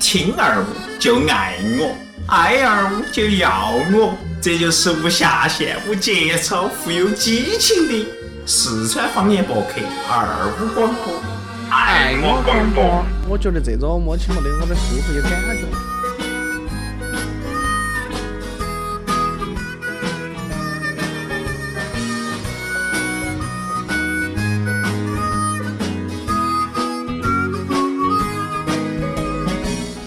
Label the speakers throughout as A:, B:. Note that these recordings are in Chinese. A: 亲二五就爱我，爱二五就要我，这就是无下限、无节操、富有激情的四川方言博客二五广播。爱我广播，
B: 我觉得这种摸起没得我的舒服有感觉。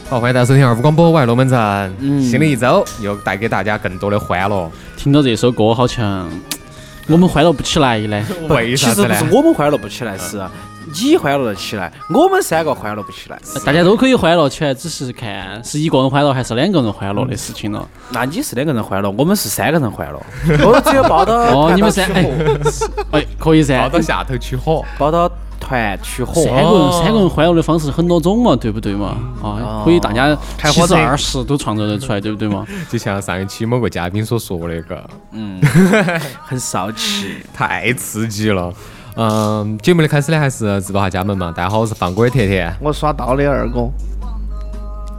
C: 好，欢迎大家收听二五广播，我是龙门阵。
B: 嗯
C: 新的一周又带给大家更多的欢乐，
D: 听到这首歌好像我们欢乐不起来 嘞。
C: 为
B: 嗯其
C: 啥
B: 实
C: 子
B: 不
C: 呢
B: 是？我们欢乐不起来，是啊你欢乐得起来，我们三个欢乐不起来。
D: 大家都可以欢乐起来，只是看是一个人欢乐还是两个人欢乐的事情了。
B: 那你是两个人欢乐，我们是三个人欢乐。我只有抱到
D: 哦，
B: 团
D: 你们
B: 到
D: 三
B: 起
D: 哎
B: 火，
D: 哎，可以噻
C: 跑。到哦下头取火，
B: 抱到团取火
D: 三。个
B: 哦
D: 人三个人欢乐的方式很多种嘛，对不对嘛？
B: 嗯
D: 啊，可以大家
C: 开
D: 七
C: 火
D: 十
C: 车
D: 二十都创造得出来，对不对嘛？
C: 就像上一期某个嘉宾所说的那个，
B: 很骚气。
C: 太刺激了。嗯，节目的开始呢，还是自报下家门嘛。大家好，我是放歌的甜甜。
E: 我耍刀的二哥，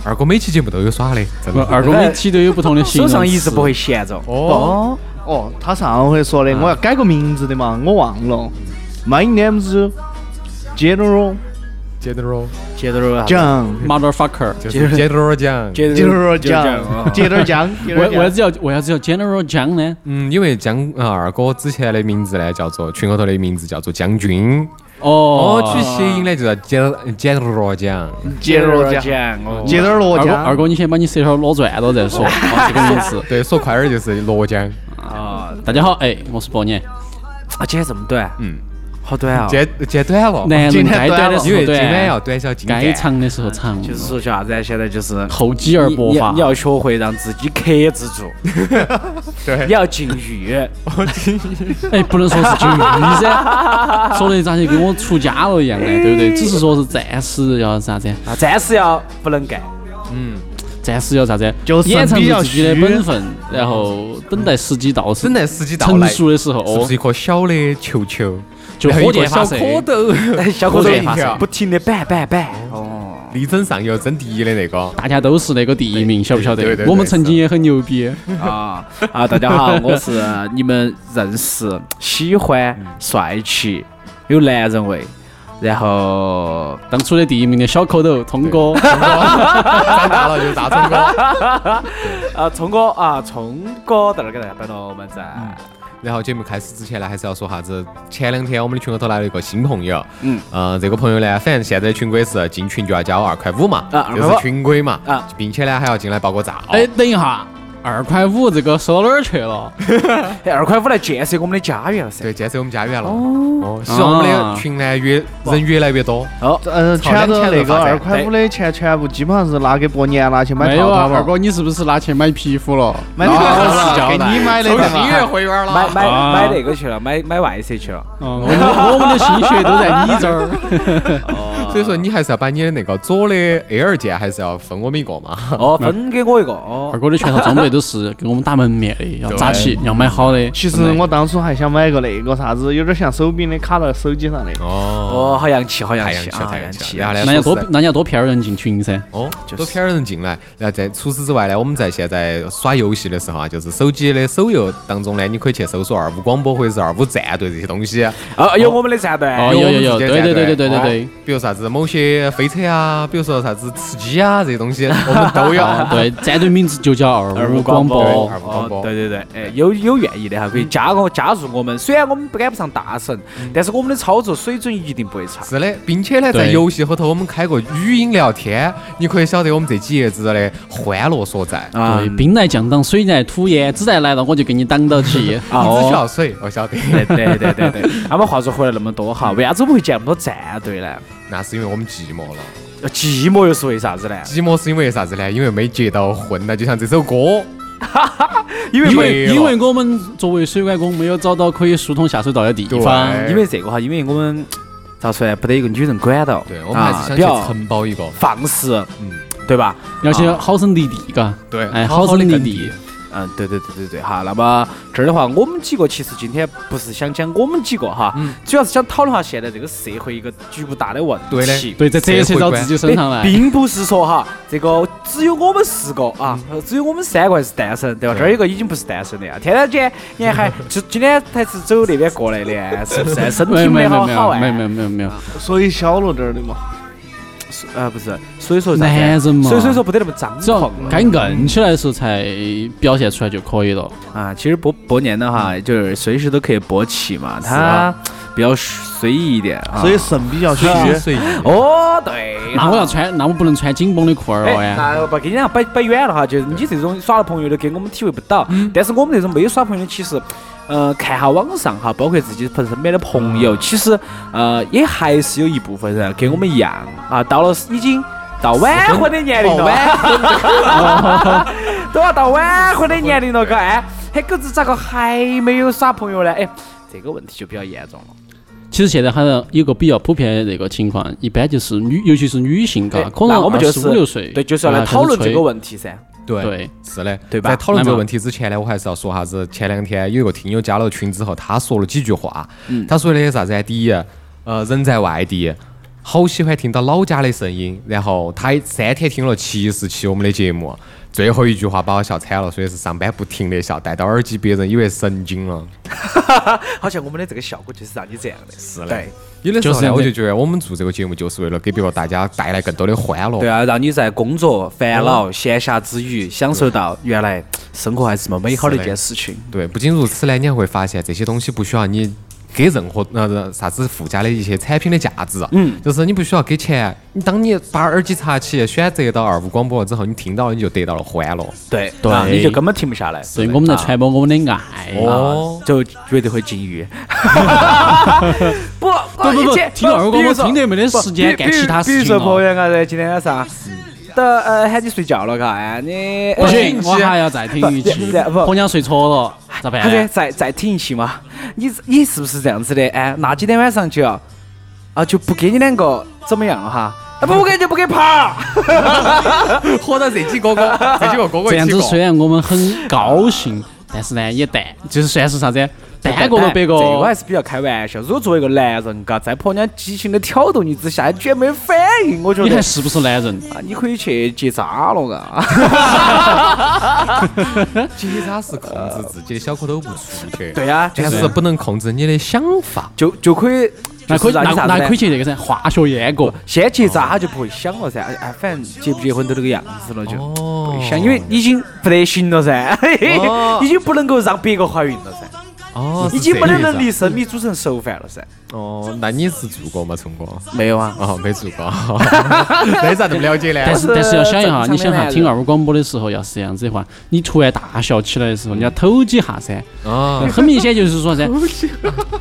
C: 二哥每期节目都有耍的，真
D: 不
B: 嗯
C: 的。
D: 二哥每期都有不同的形
B: 手
D: 容
B: 上一直
D: 词
B: 不会闲着。
E: 哦哦，他上回说的，我要改个名字的嘛，我忘了。My name is General
C: 接着喽，
B: 接着了，
E: John，
D: motherfucker。
C: 就是接着喽讲。
B: 接着
E: ，General
B: 讲
E: John，接点姜，接
D: 为为啥
E: 点姜。
D: 子要为啥子要 General 江呢？
C: 嗯，因为江呃二哥之前的名字呢叫做群后头的名字叫做将军，
D: 哦
C: 哦，取谐音呢就叫简简直罗讲。
E: 接着
B: 讲，
E: 讲，
B: 讲
E: 接点罗
D: 二哥，
E: 姜
D: 二。哥，你先把你舌头攞转了再 说啊这个名字。
C: 对，说快点儿就是罗江。
B: 啊！
D: 大家好，哎，我是伯年，
B: 啊，今天这么短，
C: 嗯，
B: 好短啊！
C: 接接短了，
D: 男人
E: 今天
D: 该短的
C: 因
D: 时
C: 为
D: 候
C: 今晚要
D: 短，
C: 短小精
D: 该
C: 干。
D: 长的时候长，
B: 就是说叫啥子啊？现在就是
D: 厚积而薄
B: 你
D: 发
B: 你。要学会让自己克制住，
C: 对
B: 你要禁欲。
D: 哎，不能说是禁欲噻，说的咋就跟我出家了一样的，对不对？只是说是暂时要啥子，
B: 啊，暂时要不能干，
D: 暂时要啥子，
E: 就是
D: 掩藏
E: 比
D: 住
E: 较
D: 自己的
E: 虚
D: 本分，然后等待时机到时，
C: 等待时机到
D: 成
C: 来，
D: 熟的时候，
C: 是不
D: 哦
C: 是一颗小的球球？
D: 就
C: 然后
D: 火
C: 一个
D: 箭发
C: 小
D: 射。
C: 蝌蚪，
B: 哎小伙子
C: 一条
B: 不停的板板板。哦，
C: 力争上游争第一的那个。
D: 大家都是那个第一名，晓不晓
C: 对对
D: 得？
C: 对
D: 我们曾经也很牛逼。
B: 啊啊！大家好，我是你们认识、喜欢、帅气、有男人味，然后
D: 当初的第一名的小蝌蚪，通哥，
C: 长大了就是大成哥。
B: 啊，聪哥啊，聪哥在那儿给大家摆龙门阵。
C: 然后节目开始之前呢，还是要说啥子？前两天我们的群里头来了一个新朋友，
B: 嗯，
C: 呃，这个朋友呢，反正现在的群规是进群就要交二块五嘛，
B: 啊
C: 这
B: 2.5
C: 是群规嘛，
B: 啊，
C: 并且呢还要进来报个照。哦
D: 哎，等一下，二块五这个收哪儿去了？
B: 哎二块五来建设我们的家园了噻。
C: 对，建设我们家园了。哦，希望我们的群呢越人越来越多。
B: 哦，
E: 嗯，
C: 操
E: 全都
C: 两千
E: 那个
C: 多发展
E: 二块五的钱全部基本上是拿给伯年拿去买
D: 没有
E: 套
D: 啊
E: 套，
D: 二
E: 了，
D: 哥，你是不是拿去买皮肤了？
E: 买套套
D: 是
E: 了，
D: 交
E: 给
D: 代
E: 你买的
C: 收
E: 嘛
C: 新月会员了，
B: 买买
D: 啊
B: 买那个去了，买买外设去了。
D: 嗯，我们我们的心血都在你这儿。
C: 所以说你还是要把你的那个左的 L 键还是要分我们一个嘛。
B: 哦，分给我一个。哦
D: 二，哥的全套装备都是给我们打门面的，要扎起，要买好的。
E: 其实
D: 真的
E: 我当初还想买个那个啥子，有点像手柄的，卡到手机上的。
C: 哦，
B: 哦，好洋气，好洋
C: 太
B: 气
C: 洋气了，
B: 啊，好
C: 太洋
B: 洋
C: 气
B: 气
C: 了。然后呢，
B: 啊！
D: 那要
C: 说
D: 多
C: 是
D: 那要多骗人进群噻。
C: 哦，多骗人进来。然后在除此之外呢，我们在现在耍游戏的时候啊，就是手机的手游当中呢，你可以去搜索二五广播或者是二五战队这些东西。
B: 哦，有我们的战队。
D: 哦有有有对对对对对对对
C: 哦比如啥子某些飞车啊，比如说啥子吃鸡啊这些东西，我们都 有。
D: 啊，对，战队名字就叫二五广
C: 播
D: 播
C: 对。二五广
B: 哦
C: 播，
B: 对对对，哎，有有愿意的哈，可以加我加入我们。虽然我们赶不上大神，但是我们的操作水准一定不会差。
C: 是的，并且呢，在
D: 对
C: 游戏后头我们开过语音聊天，你可以晓得我们这几爷子的欢乐所在。
B: 啊
D: 对，兵来将挡，水来土掩，子弹来了我就给你挡到起。
B: 啊
C: 你只需
B: 哦，
C: 要水，我晓得。
D: 哦
B: 对对对对对。那么话说回来那么多
C: 嗯
B: 哈，为啥子我们会建那么多战队呢？
C: 那是因为我们寂寞了。
B: 呃寂寞又是为啥子呢？
C: 寂寞是因为啥子呢？因为没结到婚呢，就像这首歌，
B: 因为
D: 因
C: 没
D: 为
C: 了
D: 因为我们作为水管工，没有找到可以疏通下水道的地方。
C: 对
B: 因为这个哈，因为我们咋说呢，不得一个女人管到，
C: 对我们还
B: 啊
C: 是想
B: 比较
C: 去承包一个。
B: 放肆，
C: 嗯，
B: 对吧？
D: 要去好生离地，嘎，
C: 对
D: 哎，
C: 好好
D: 好生
C: 地
D: 离
C: 耕
D: 地，
B: 嗯，对对对对对，哈。那么这儿的话，我们几个其实今天不是想讲我们几个哈，
C: 嗯
B: 主要是想讨论下现在这个社会一个局部大的问题。
C: 对的
D: 对，在折射到自己身上来。
B: 哎并不是说哈，这个只有我们四个啊，只有我们三个还是单身，对吧？这儿有个已经不是单身的呀，天天姐，你看还 就今天才是走那边过来的，是不是？身
D: 没
B: 体
D: 有没有
B: 好
D: 没有
B: 好
D: 没有
B: 啊
D: 没，有没有没有，
E: 所以小了点儿的嘛。
B: 呃，不是，所以说啥子
D: 男人嘛
B: 所以所以说不得那么张
D: 只要
B: 狂
D: 该硬起来的时候才表现出来就可以了。
B: 啊。其实博博年的哈，
D: 嗯
B: 就是随时都可以勃起嘛，他
C: 啊
B: 比较随意一点啊。
E: 所以肾比较虚。
C: 随意。
B: 哦，对，
D: 那啊我要穿，那我不能穿紧绷的裤儿了
B: 哎，
D: 呀。
B: 那不跟你讲摆摆远了哈，就是你这种耍了朋友的，给我们体会不到。但是我们这种没有耍朋友的，其实，呃，看下网上哈，包括自己朋身边的朋友，嗯其实呃，也还是有一部分人跟我们一样啊，到了已经到晚婚的年龄了， 都要到晚婚的年龄了，哥，哎，嘿，狗子咋个还没有耍朋友呢？哎，这个问题就比较严重了。
D: 其实现在好像有个比较普遍的那个情况，一般就是女，尤其是女性，嘎，
B: 哎
D: 可
B: 那
D: 能
B: 我们就是
D: 十五六岁，
B: 对，就是要
D: 大
B: 来
D: 家开始
B: 讨论这
D: 吹
B: 个问题噻。
C: 对
D: 对
C: 是的，
B: 对吧
C: 在讨论这
D: 来
C: 个
D: 嘛
C: 问题之前呢，我还是要说啥子。前两天有一个听友加了群之后，他说了几句话，
B: 嗯
C: 他说的啥子呢？第一，呃，人在外地。好喜欢听到老家的声音，然后他三天听了七十期我们的节目，最后一句话把我笑惨了，说的是上班不停的笑，戴到耳机别人以为神经了。
B: 好像我们的这个效果就是让你这样的，是
C: 的
B: 对。
C: 有的时候
D: 就是这
C: 呢，
D: 样
C: 我就觉得我们做这个节目就是为了给别个大家带来更多的欢乐。
B: 对啊，让你在工作、烦恼、闲暇之余，享受到原来生活还是这么美好的一件事情。
C: 对，不仅如此呢，你还会发现这些东西不需要你给任何呃啥子附加的一些产品的价值，嗯，就是你不需要给钱，你当你把耳机插起，选择到二五广播之后，你听到了你就得到了欢乐。
B: 对
D: 对
B: 啊你就根本停不下来。
D: 所以我们在传播我们的爱。
B: 啊
D: 啊
B: 哦，就绝对会禁欲。 不不
D: 不不不听
B: 哎
D: 二哥我听得没得时间干其他事情
B: 比如说
D: 了
B: 朋友啊，在今天晚上都呃喊你睡觉了，嘎，哎你
D: 不行，我还要再听一期
B: 不不，
D: 婆娘睡着了，咋
B: 好的，
D: 办？
B: 再再听一期嘛。你你是不是这样子的？哎，那今天晚上就要啊就不给你两个怎么样了哈？啊不，我给就不给 爬。
C: 喝到这几哥哥，这几个哥
D: 这样子虽然我们很高兴，但是呢也淡，就是算是啥子？淡过了别个
B: 这个还是比较开玩笑。如果作为一个男人，嘎，在婆娘激情的挑逗你之下，你居然没有反应，我觉
D: 你
B: 得
D: 还是不是男人？
B: 啊，你可以去结扎了， 嘎。
C: 其实他是控制自己的小蝌蚪不出去，
B: 对呀
C: 但
B: 就是
C: 是不能控制你的想法。
B: 就就可以，
D: 那
B: 就
D: 可
B: 是
D: 以，
B: 让
D: 那
B: 你啥子
D: 那
B: 呢
D: 可以去那个噻，化学阉割。
B: 先结扎，他就不会想了噻。哎哎，反正结不结婚都这个样子了，就不
C: 哦
B: 会想，因为已经不得行了噻， 已经不能够让别个怀孕了噻，
C: 哦，
B: 已经没得能力
C: 理。
B: 生米煮成熟饭了噻。
C: 哦，那你是做过吗，聪哥？
B: 没有啊，
C: 哦，没做过， 那咋这么了解呢？
D: 但是
B: 是
D: 但是要想一
B: 正
D: 下，
B: 常
D: 你想
B: 的
D: 哈，
B: 男
D: 听
B: 人
D: 二五广播的时候要是这样子的话，你突然大笑起来的时候，你要抖几下噻。
C: 啊，
D: 很明显就是说噻，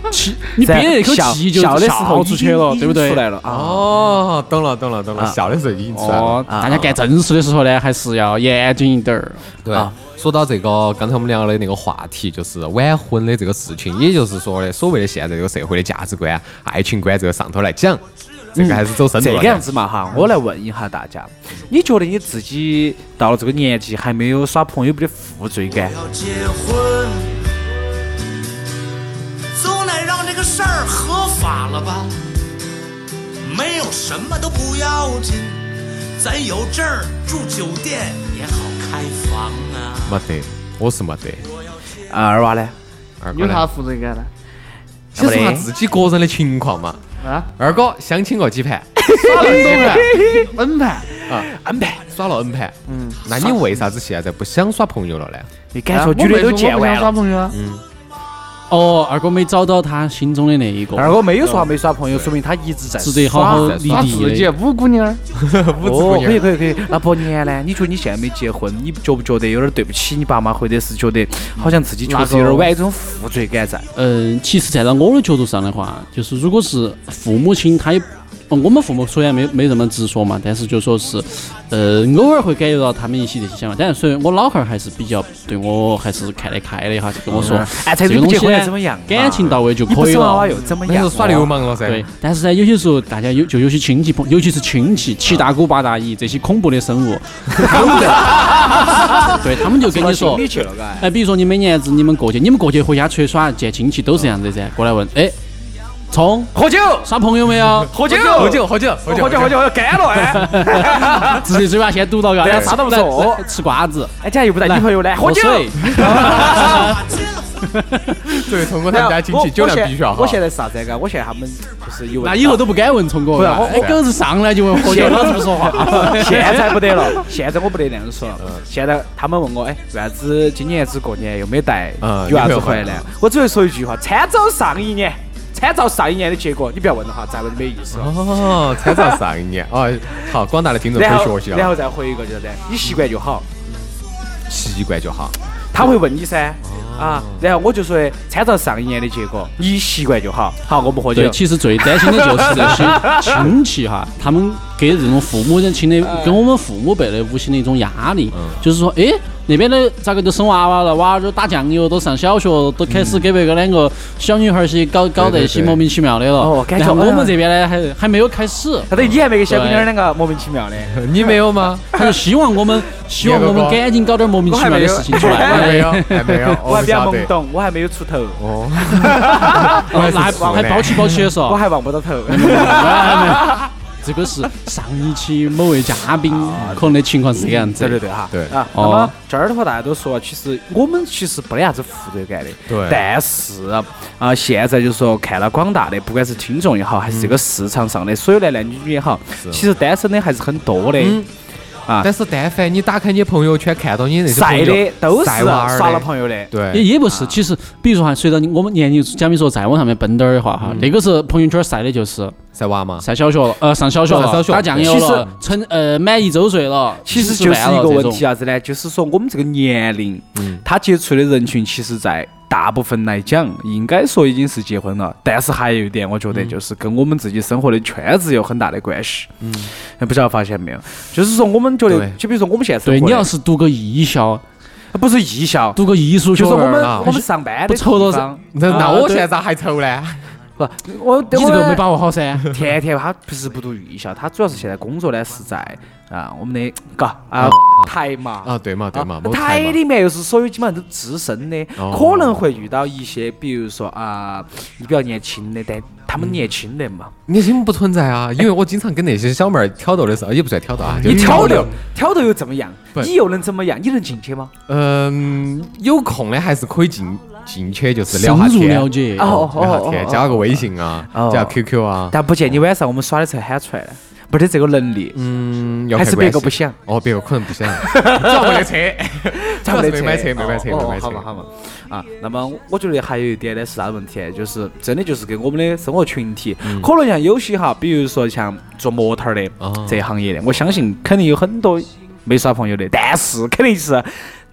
D: 气你憋那口
B: 笑
D: 气就
B: 笑的时
D: 笑
B: 候
D: 出去了，
B: 已经
D: 对不
B: 已经
D: 对
B: 出？来了啊。
C: 哦，懂了，懂了，懂了，笑的时候已经出来了。
D: 哦，大家干正事的时候呢，还是要严谨一点儿。
C: 对
B: 啊，
C: 说到这个，刚才我们聊的那个话题，就是晚婚的这个事情，也就是说的所谓的现在这个社会的价值观、爱情观这个上头来
B: 嗯
C: 讲，这个还是走深度
B: 这
C: 了
B: 个嗯样子嘛哈，我来问一下大家，你觉得你自己到了这个年纪还没有耍朋友，没得负罪感？
F: 要结婚，总得让这个事儿合法了吧？没有什么都不要紧，咱有证儿住酒店也好开房啊。
C: 没得，我是没得。
B: 啊二娃呢？
C: 二哥
E: 有
C: 呢
E: 啥负罪感啊呢？
C: 先说下
B: 没得
C: 自己个人的情况嘛。
E: 啊，
C: 二哥相亲过几 盘，耍了 N 盘，
E: 稳盘，
B: 安排，
C: 耍了 N 盘。嗯，那你为啥子现在不想耍朋友了呢？
B: 你
E: 哎
B: 感觉女的都见完
E: 耍
B: 了。
E: 朋友啊，
D: 哦，二哥没找到他心中的那一个，
B: 二哥没有说没耍朋友，说明他一直在
D: 值得好好
B: 耍
D: 立
E: 耍
D: 地
E: 自己
D: 的。
E: 五姑娘，
C: 五子
B: 哦，
C: 不
B: 可以
C: 娘，
B: 可以可以。那伯年呢？你觉得你现在没结婚，你觉不觉得有点对不起你爸妈，或者是觉得好像自己确实有点晚，有一种负罪感在？
D: 呃嗯，其实站到我的角度上的话，就是如果是父母亲，他也哦我们父母虽然没没什么直说嘛，但是就说是，呃，偶尔会感觉到他们一些这些想法。但是虽然我老汉儿还是比较对我还是看得开的哈，就跟我说，
B: 哎这
D: 这个
B: 个
D: 东
B: 你
D: 西
B: 不结婚
D: 呢
B: 又怎么样嘛
D: 感情到位就
B: 你不
D: 可以
B: 生娃
D: 了
B: 娃。又怎么
C: 那
B: 样？啊
C: 是耍流氓了噻。
D: 对，但是呢，有些时候大家有就有些亲戚朋，尤其是亲戚，七大姑八大姨这些恐怖的生物，对他们就 跟你说，
B: 你去了，嘎。
D: 哎，比如说你每年子你们过节，你们过节回家出去耍见亲戚都是这样子的噻，过来问，哎，冲
B: 喝酒，
D: 耍朋友没有？
B: 喝酒，
C: 喝酒，喝酒，
B: 喝酒，喝酒，喝酒，干了哎！
D: 直接嘴巴先堵到嘎，
B: 对啥都不说
D: 来来吃瓜子，
B: 哎，家又不带女朋友呢，喝酒。
D: 水，
C: 对，通过他们家亲戚酒量必须要好。
B: 我现在是啥子嘎？我现在他们就是有。
D: 那以后都不敢问冲哥了。
B: 不是
D: 我狗子上来就问喝酒，老子不说话。
B: 现在不得了，现在我不得那样子说了。现在他们问我，哎，为啥子今年子过年又没带
C: 嗯
B: 女娃
C: 女
B: 子
C: 朋
B: 回
C: 友
B: 来
C: 回来
B: 呢？我只会说一句话：参照上一年，参照上一年的结果，你不要问了哈，再问就没意思了。
C: 哦，参照上一年哦，好，广大的听众可
B: 然
C: 以
B: 后
C: 学习，啊
B: 然
C: 了，
B: 后再回一个就是啥子？你习惯就好。
C: 习惯就好。
B: 他会问你噻，啊，然后我就说参照上一年的结果，你习惯就好。好，我不喝酒
D: 对，。其实最担心的就是这 些亲戚哈，他们给这种父母人亲的，跟我们父母辈的无形的一种压力，
C: 嗯
D: 就是说，哎，那边的咋个都生娃娃了，娃儿都打酱油，都上小学，都开始给别个两个小女孩儿些搞搞
C: 对
D: 这
C: 对
D: 些
C: 对
D: 莫名其妙的了
B: 哦。感觉
D: 然后我
B: 哎呀
D: 们这边呢，还还没有开始，
B: 他等于你还没给小姑娘两个莫名其妙的，
C: 你没有吗？
D: 他就希望我们希望我们赶紧搞点莫名其妙的事情出
C: 还没
D: 来。哎
C: 有，还没有，
B: 我
C: 不
B: 还比较
C: 晓得
B: 懵。懂，我还没有出头，
C: 哦，
D: 哦
C: 我还是
D: 那还包起包起的说，
B: 我还望不到头。
D: 这个是上一期某位嘉宾可能的情况是这个样子。
B: 对对对哈，
C: 啊对
B: 啊。那
D: 哦
B: 么这儿的话，大家都说，其实我们其实没得啥子负罪感的，
C: 对
B: 但是啊，现在就是说看到广大的，不管是听众也好，还是这个市场上的所有男男女女也好，其实单身的还是很多的。
C: 嗯
B: 啊
C: 但是但凡你打开你的朋友圈，看到你那些朋
B: 晒
C: 友
B: 的都是
C: 晒娃儿
B: 耍了
C: 的，
B: 朋友的，
D: 也
C: 对，
D: 也不
B: 啊
D: 是，其实比如说哈，随着你我们年龄，假比说再往上面奔点儿的话
B: 嗯
D: 哈，那个时候朋友圈晒的
B: 啊
D: 就是
C: 晒娃嘛。
D: 上小学了，呃，上小学
C: 上小
D: 了，
C: 学
D: 打酱油
B: 其实
D: 了，成呃满一周岁了，
B: 其实
D: 40
B: 就是
D: 万
B: 一
D: 了
B: 个
D: 这
B: 问
D: 种嗯
B: 题，啊啥子呢？就是说我们这个年龄，他接触的人群，其实在大部分来讲，应该说已经是结婚了。但是还有一点，我
D: 嗯
B: 觉得就是跟我们自己生活的圈子有很大的关系。嗯，不知道发现没有？就是说我们觉得
C: 对，
B: 就比如说我们现在生
D: 对
B: 活的呃
D: 你要是读个艺校，
B: 不是艺校，
D: 读个艺术学
B: 就是
D: 院
B: 我们
D: 啊
B: 我们上班的
D: 不愁
B: 地
D: 了
B: 方，
C: 那
D: 啊
C: 那我
D: 对
C: 现在还愁呢？
B: 不，我
D: 你这个没
B: 把
D: 把握好 噻。
B: 天天他不是不读艺校，他主要是现在工作呢是在啊我们的嘎啊台嘛
C: 啊，对嘛，对嘛，
B: 那
C: 某
B: 台
C: 台嘛
B: 里面又是所有基本上都资深的，
C: 哦
B: 可能会遇到一些，比如说啊，你比较年轻的，但他们年轻人嘛，
C: 年轻不存在啊，因为我经常跟那些小妹儿挑逗的时候，也不算挑逗啊，就
B: 你
C: 是
B: 挑逗，挑逗又怎么样？
C: 不
B: 你又能怎么样？你能进去吗？
C: 哦嗯，有空呢还是可以进进去，就是
D: 深
C: 聊下
D: 入
C: 天，
D: 了解，
B: 哦哦
C: 聊下
B: 哦
C: 天，
B: 哦
C: 加个微信啊，
B: 哦
C: 加个 QQ 啊，
B: 但不见你晚上我们耍的时候喊出来了，没得这个能力，
C: 嗯，要
B: 还
C: 看
B: 是别
C: 关
B: 个
C: 系
B: 不想，
C: 哦，别个可能不想，主要没得车，主
B: 咋
C: 要
B: 没
C: 是
B: 得
C: 没买车，没买车，没
B: 哦哦
C: 买
B: 好嘛好
C: 车。
B: 嘛。啊，那么我觉得还有一点呢是啥问题呢？就是真的就是跟我们的生活群体，
C: 嗯
B: 可能像有些哈，比如说像做模特儿的
C: 哦
B: 这一行业的，我相信肯定有很多没耍朋友的，但是肯定是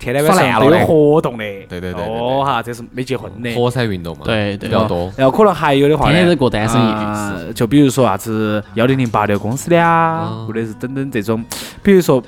B: 天天晚
C: 耍烂
B: 上
C: 了
B: 都
C: 的
B: 有活动的。对
C: 对对对
B: 哦哈，这是没结婚的。
C: 活塞运动嘛，
D: 对对
C: 比较多。
B: 然后可能还有的话呢，
D: 天天在过单身日
B: 啊就比如说啥子幺零零八六公司
D: 哦
B: 的啊，或者是等等这种，比如说，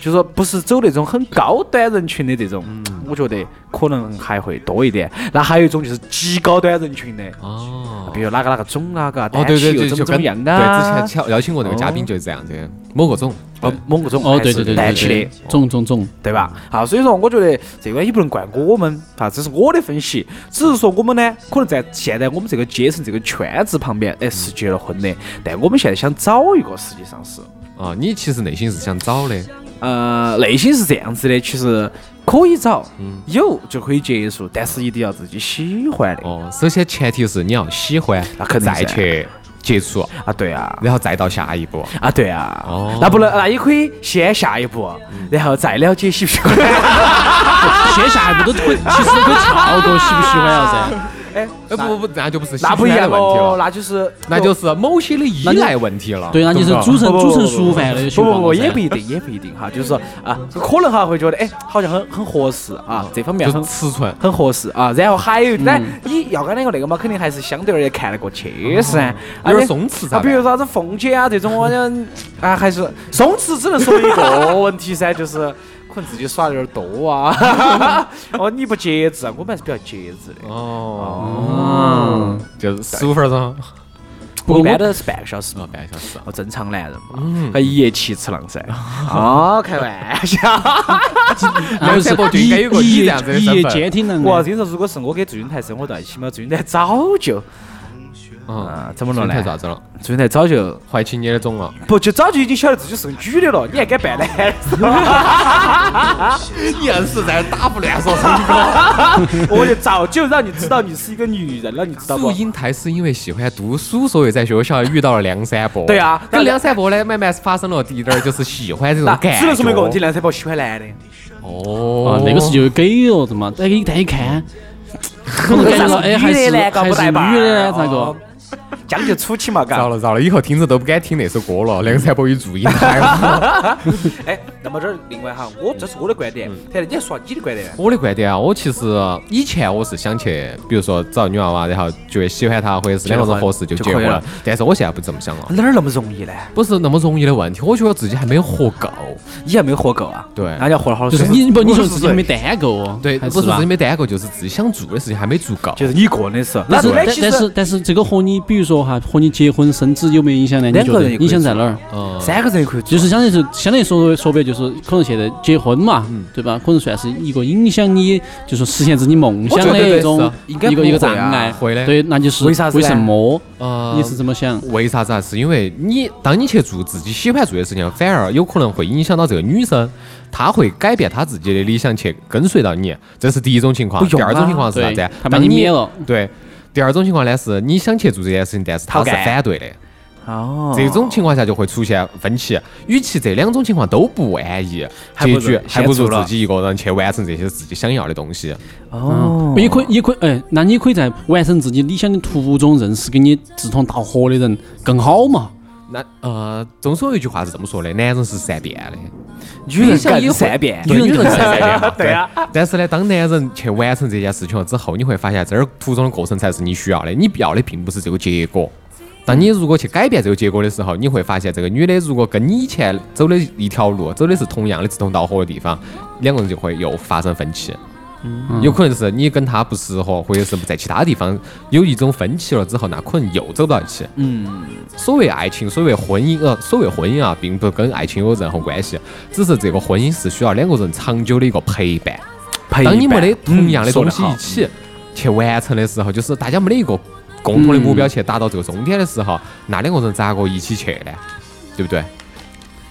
B: 就说不是走那种很高端人群的这种，
D: 嗯
B: 我觉得可能还会多一点。那还有一种就是极高端人群的，
C: 哦
B: 比如哪个哪个种啊，嘎，
C: 哦，
B: 单
C: 对对
B: 曲又
C: 对，
B: 怎
C: 就
B: 么怎
C: 跟
B: 么样
C: 对
B: 啊
C: 之，前邀邀请过那个嘉宾就是这样子，某个种，
B: 哦，某个种
D: 哦，
B: 还
D: 对
B: 是
D: 对对
B: 带
D: 对
B: 起
D: 对
B: 的，，
D: 种种种，
B: 对吧？
C: 嗯
B: 啊，所以说我觉得这个也不能怪我们啊，这是我的分析，只是说我们呢，可能在现在我们这个阶层、这个圈子旁边，哎，是结了婚的，但我们现在想找一个，实际上是，
C: 啊，你其实内心是想找的，
B: 呃，内心是这样子的，其实可以找，
C: 嗯
B: 有就可以结束，但是一定要自己喜欢的
C: 哦，首先前提是你要喜欢，
B: 那肯定
C: 再
B: 噻
C: 去接触，
B: 啊，对啊。
C: 然后再到下一步。
B: 啊，对啊，
C: 哦嗯
B: 那不能，那也可以先下一步，然后再了 解喜不喜欢。
D: 先下一步都可以，其实都可以跳过喜不喜欢了噻。
B: 哎，
C: 呃，不不不，那就不是
B: 那不
C: 一
B: 一
C: 样
B: 样
C: 的问题
B: 哦，
C: 了，
B: 那就是
C: 那就是某些的依赖问题了。
D: 对，那就是
C: 懂不懂
D: 煮成
B: 不不
D: 煮成
B: 不
D: 熟饭的情
B: 不不
D: 况
B: 不，
D: 了噻
B: 也不一定，也不一定哈，就是说啊，可能哈会觉得哎，好像很很合适啊，这方面
C: 就是
B: 很
C: 尺寸。
B: 很合适啊。然后还有，但你要跟那个那个嘛，肯定还是相对而言看得过去噻，
C: 有点
B: 而且
C: 松弛噻
B: 啊，比如啥子凤姐啊这种，我讲啊，还是松弛，只能说明一个问题噻，就是。可能自己耍的有点多啊， 哦，你不节制，我们还是比较节制的。
C: 哦，就是十五分钟，
B: 不过一般都是半个小时嘛
C: 哦，，半个小时。
B: 哦，正常男人嘛，还一夜七次郎噻。哦，开玩笑。
D: 然后
C: 梁山伯就应该有个
D: 啊一
C: 你
D: 一
C: 这
D: 夜
C: 样子的
D: 一
C: 身
D: 夜
C: 份
D: 监听人
B: 我要
D: 的，
B: 跟你说，如果是我跟祝英台生活到一起嘛，祝英台早就
C: 嗯，
B: 啊，怎么了
C: 太啥
B: 呢？
C: 子了？
B: 祝英台早就
C: 怀起你的种了，
B: 不就早就已经晓得自己是个女的了，你还敢扮男
C: 硬是在打不乱说成语。
B: 的？我就早就让你知道你是一个女人了，你知道
C: 祝
B: 不？
C: 英台是因为喜欢读书，所以在学校遇到了梁山伯。
B: 对啊
C: 跟梁山伯呢，慢慢发生了第一点儿就是喜欢这种
B: 那
C: 感觉。
B: 只能说明一个问题，梁山伯喜欢男的，
C: 哦
D: 啊，，那个是就给了的嘛，再哎给你看一 看，可能感觉到哎还是还是女的呢，
B: 哦
D: 咋个？
B: 将就处起嘛，嘎
C: 糟。了糟了，以后听着都不敢听那首歌了，梁山伯与祝英台 了。
B: 哎，那么这儿另外哈，我这是我的观点，太太，你还说下你的观点呢？
C: 我的观点啊，我其实以前我是想去，比如说找女娃娃，然后觉得喜欢她，或者是两个人合适就
B: 就
C: 结
B: 可以
C: 婚
B: 了。
C: 但是我现在不这么想了，
B: 哪儿那么容易呢？
C: 不是那么容易的问题。我觉得自己还没有活够。
B: 你还没有活够啊？
C: 对
B: 那你要活了好多
D: 就
B: 岁
D: 是你不你说自己还没单够哦，
C: 对，
D: 还
C: 不是
D: 吧
C: 自己？没单够，就是自己想做的事情还没足够。
B: 就是你一个人的时候，
D: 但是
B: 那
D: 但
B: 其
D: 但
B: 实
D: 是但是这个和你比如说哈，和你结婚生子有没有影响呢？你
B: 两
D: 觉
B: 个
D: 得
B: 人也可以
D: 影响在哪儿？
C: 嗯，
B: 三个人也可以做，
D: 就是相当于是相当于说说白了就是可能现在结婚嘛，
B: 嗯
D: 对吧？可能算是一个影响你，就说实现自己梦想
C: 我觉得
D: 的
C: 对
D: 一种
C: 是啊
D: 一
B: 应该不
D: 个
B: 会啊
D: 一个障碍。
C: 会的
D: 对，那就是
B: 为啥子呢哦
D: 为什么？
C: 呃
D: 你是怎么想？
C: 为啥子啊？是因为你当你去做自己喜欢做的事情，反而有可能会影响到这个女生，她会改变她自己的理想去跟随到你，这是第一种情况。
B: 不
C: 第
B: 用啊
C: 二种情况是啥
D: 对
C: 子啊？
D: 她把
C: 当
D: 你
C: 你
D: 灭了。
C: 对。第二种情况呢，是你想去做这件事情，但是她
B: 好
C: 是
B: 干
C: 反对的。
B: 哦
C: 这种情况下就会出现分歧。与其这两种情况都不安逸，
B: 还不
C: 结
B: 如
C: 局还
B: 先
C: 不如
B: 做了
C: 自己一个人去完成这些自己想要的东西。
B: 哦，
D: 也可以，也可以，哎，那你可以在完成自己理想的途中认识跟你志同道合的人更好嘛？
C: 那呃，总说有一句话是这么说的：男人是善变的，
B: 女人更善变，
C: 女人更善变嘛。
B: 对啊。
C: 但是呢，当男人去完成这件事情了之后，你会发现这儿途中的过程才是你需要的，你要的并不是这个结果。当你如果去改变这个结果的时候，你会发现这个女的如果跟你以前走的一条路，走的是同样的志同道合的地方，两个人就会又发生分歧。
B: 嗯
C: 有可能是你跟她不适合，或者是在其他地方有一种分歧了之后，那可能又走到一起。所谓爱情，所谓婚姻，呃，所谓婚姻啊，并不跟爱情有任何关系，只是这个婚姻是需要两个人长久的一个陪伴。
B: 陪
C: 当你
B: 伴
C: 们的同样的
B: 嗯说
C: 东
B: 得
C: 西
B: 好
C: 一起去完成的时候，就是大家没得一个共
B: 嗯
C: 同的目标去达到这个终点的时候，那两个人咋个一起去呢？对不对？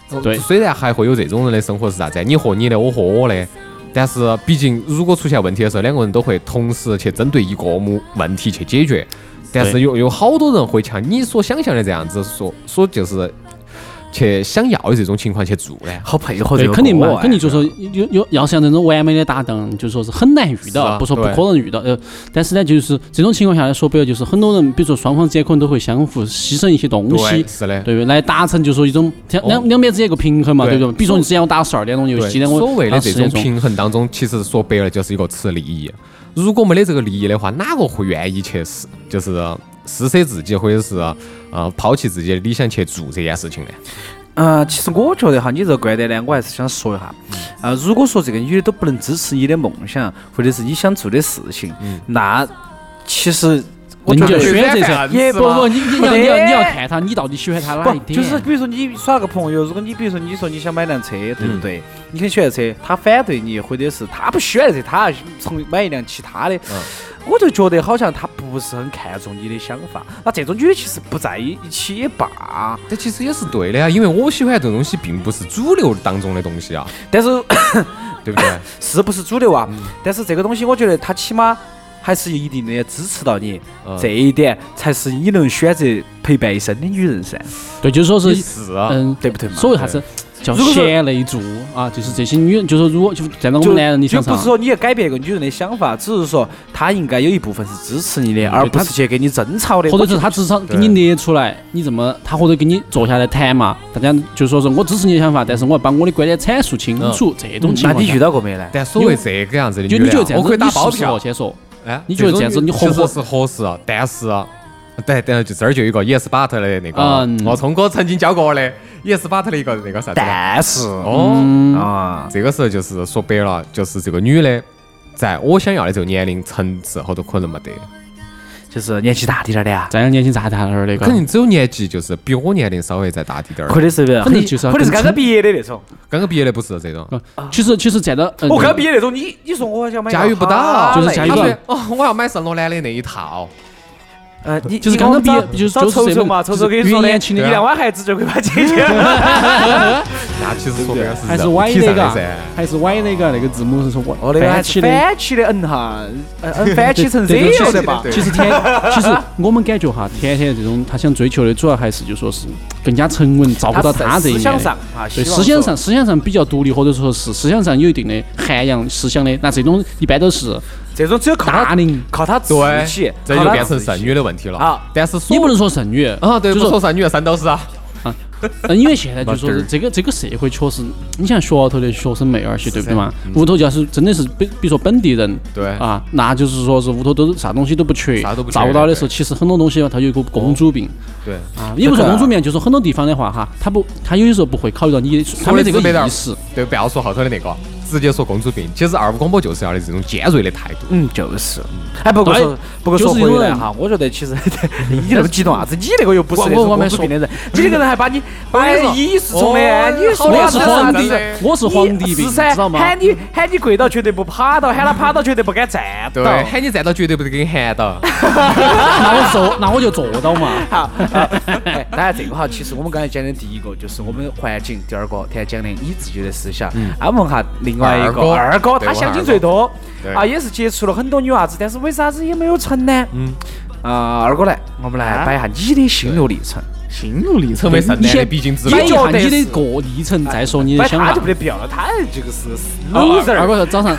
B: 哦
D: 对
C: 虽然还会有这种人的生活是啥子？你和你的，我和我的。但是，毕竟如果出现问题的时候，两个人都会同时去针对一个目问题去解决。但是
D: 对
C: 有有好多人会像你所想象的这样子说说，就是去想要的这种情况去做呢。
B: 好配合这
D: 对，
B: 个
D: 肯定
B: 歌
D: 嘛，
B: 哎
D: 肯
C: 啊
D: 定就说有有要像这种完美的搭档，就说是很难遇
C: 是啊
D: 到，不说不
C: 对
D: 可能遇到。呃，但是呢，就是这种情况下来说白了，就是很多人，比如说双方之间可能都会相互牺牲一些东西
C: 对，。是的。
D: 对不对？来达成就说一种两两两边之间一个平衡嘛，
C: 对
D: 对不对？比如说你之前我打十二点钟游
C: 对，
D: 戏，然后我
C: 所谓的
D: 打
C: 这
D: 10
C: 种
D: 点钟
C: 啊平衡当中，其实说白了就是一个吃利益。如果没得这个利益的话，哪个会愿意去施就是施舍自己，或者是呃抛弃自己的理想去做这件事情呢？
B: 嗯，其实我觉得哈，你这个观点呢，我还是想说一下。
D: 嗯
B: 呃，如果说这个女的都不能支持你的梦想，或者是你想做的事情，
D: 嗯
B: 那其实我
D: 那你
B: 觉
D: 就
B: 得
D: 选择噻，
B: 也
D: 不
B: 不
D: 不，你你要你要
B: 对
D: 你要看他，你到底喜欢他哪一
B: 不，
D: 点？啊
B: 就是比如说你耍个朋友，如果你比如说你说你想买辆车，对
D: 嗯
B: 不对？你很喜欢车，他反对你，或者是他不喜欢车，他还从买一辆其他的，
D: 嗯
B: 我就觉得好像他不是很看重你的想法。那这种女的其实不在一起也罢，
C: 这其实也是对的呀，因为我喜欢这种东西，并不是主流当中的东西啊，
B: 但是
C: 对不 对？
B: 是不是主流啊？
D: 嗯
B: 但是这个东西，我觉得他起码还是有一定的支持到你，
C: 嗯
B: 这一点才是你能选择陪伴一生的女人噻，
D: 对，就是说
C: 也
D: 是
C: 是啊，
D: 嗯，
B: 对不对嘛？
D: 所谓啥子？叫
B: 如果说
D: 贤内助啊，就是这些女人，就是说如果就站到我
B: 就
D: 们男人的
B: 就
D: 身上
B: 不是，说你要改变一个女人的想法，只是说她应该有一部分是支持你的，而不是去给你争吵的。
D: 嗯或者
B: 我
D: 是
B: 觉
D: 他
B: 得
D: 至少给你列出来，你怎么他或者给你坐下来谈嘛，大家就说是我支持你的想法，但是我要把我的观点阐述清楚，这种情
B: 嗯那
D: 况
B: 你
D: 下
B: 遇。到过没呢？啊
C: 但所谓这个样子的
D: 就
C: 女
D: 你
C: 的
D: 觉得
C: 啊
D: 这，样
C: 我
D: 子，
C: 可以打
D: 你
C: 包
D: 适不适合
C: 票。
D: 先说，
C: 哎，
D: 你觉得
C: 种
D: 这样子你
C: 其
D: 合不
C: 实
D: 合
C: 是啊合适，但是，对，但就这儿就有一个 Yes But 的那个，
D: 嗯
C: 哦，聪哥曾经教过我的 Yes But 的一个那个啥子来着？
B: 但是
C: 哦，
D: 嗯
B: 啊，
C: 这个时候就是说白了，就是这个女的，在我想要的这个年龄层次后头可能没得，
D: 嗯
B: 就是年纪大点儿的啊，
D: 咱俩年轻咋谈那儿那个
C: 肯，定只有年纪就是比我年龄稍微再大滴点儿的。
B: 或者是
D: 可能就是要啊
B: 或者是
D: 更
B: 刚刚毕业的那种。
C: 刚刚毕业的不是这种，
D: 嗯其实其实站到
B: 我刚
D: 比
B: 毕业那种，你你说我啊想 买，
C: 驾驭不到，
D: 就是驾驭
C: 他
D: 不到
C: 说哦，我要买圣罗兰的那一套。
B: 呃，你
D: 就是刚刚毕业就是
B: 找
D: 就是
B: 瞅
D: 这
B: 瞅
D: 种
B: 嘛，瞅
D: 就是
B: 瞅跟你说
D: 越
B: 的，
D: 年轻的
B: 一
C: 啊
B: 两万孩子就可以把 它解决了。
C: 那其实说白了
D: 还是
C: 肉
D: 歪
C: 体
D: 那
C: 上
D: 个
C: 的噻。，
D: 还是歪那个那个字母是说我
B: 哦，那个还
D: 翻
B: 是
D: 起的。
B: 反起的，嗯哈，呃嗯，反起成这
D: 对对
B: 样的吧？
C: 对
D: 其实甜，其实我们感觉哈，甜甜这种他想追求的主要还是就说是更加沉稳，照顾到他这一
B: 思
D: 面
B: 想
D: 的
B: 上。啊，
D: 对，
B: 希望
D: 思想
B: 说
D: 上，思想上比较独立，或者说是思想上有一定的涵养思想的，那这种一般都是
B: 这种只有靠
D: 大
B: 他
D: 龄，
B: 靠他自
C: 对
B: 己，，
C: 这
B: 靠
C: 就
B: 他
C: 变成
B: 自己
C: 剩女的问题了。
B: 好
C: 但是所
D: 也不能说剩女
C: 啊，对，
D: 就
C: 不
D: 是
C: 说剩女的三都是啊。
D: 嗯，因为现在就说
C: 没
D: 是
C: 得儿
D: 这个这个社会确实，你像学校头的学生妹儿些，对不对嘛？屋头就要是真的是比比如说本地人，
C: 嗯对
D: 啊，那就是说是屋头都是啥东西都不缺，
C: 啥都不缺哦
D: 照顾到的时候，其实很多东西它有一个公主病
C: 对，
D: 啊，也不是公主病，就是很多地方的话哈，他不他有些时候不会考虑到你的，他
C: 说
D: 没
C: 的
D: 这个
C: 直白点儿
D: 意识。
C: 对，不要说后头的那个，直接说公主病。其实二五广播就是要的这种尖锐的态度。
B: 嗯，就是。哎，不过
D: 对
B: 说，不过说
D: 就是因
B: 回
D: 为
B: 来哈，我觉得其实 你那么激动啥子？你那个又不是
D: 我
B: 那
D: 我
B: 种
D: 我没
B: 公主
D: 说
B: 病的人，你那个人还把 你把
C: 跟你说
B: 你是从的，
C: 哦
B: 哎你是
C: 好
D: 我
C: 呀
D: 是
C: 这
D: 皇
C: 是
D: 帝
C: 啥子，
D: 我是皇帝病，
B: 是
D: 知
B: 噻
D: 道？吗？
B: 喊你喊你跪到绝对不趴到，喊他趴到绝对不敢站
C: 对，
B: 到。
C: 喊你站到绝对不得给你喊到。
D: 那我做，那我就做到 嘛。
B: 好，好哎当然这个哈，其实我们刚才讲的第一个就是我们环境，第二个他讲的你自己的思想，啊，我们哈另外一个
C: 二
B: 二
C: 哥
B: 哥，
C: 对
B: 他
C: 我
B: 想
C: 二
B: 的
C: 哥
B: 最多
C: 对
B: 啊，也是接触了很多女娃子，但是为啥子也没有成呢？嗯，啊，二哥来，我们来摆一下你的心路历程，
E: 心路历程
C: 成为圣诞的必经之
D: 摆
C: 路
B: 哎
D: 一。下你的过历程，再说你的
B: 摆
D: 想
B: 哎
D: 法
B: 他
D: 啊
B: 就。没得必要了，他这个是
D: 二
B: loser。
D: 哥早 上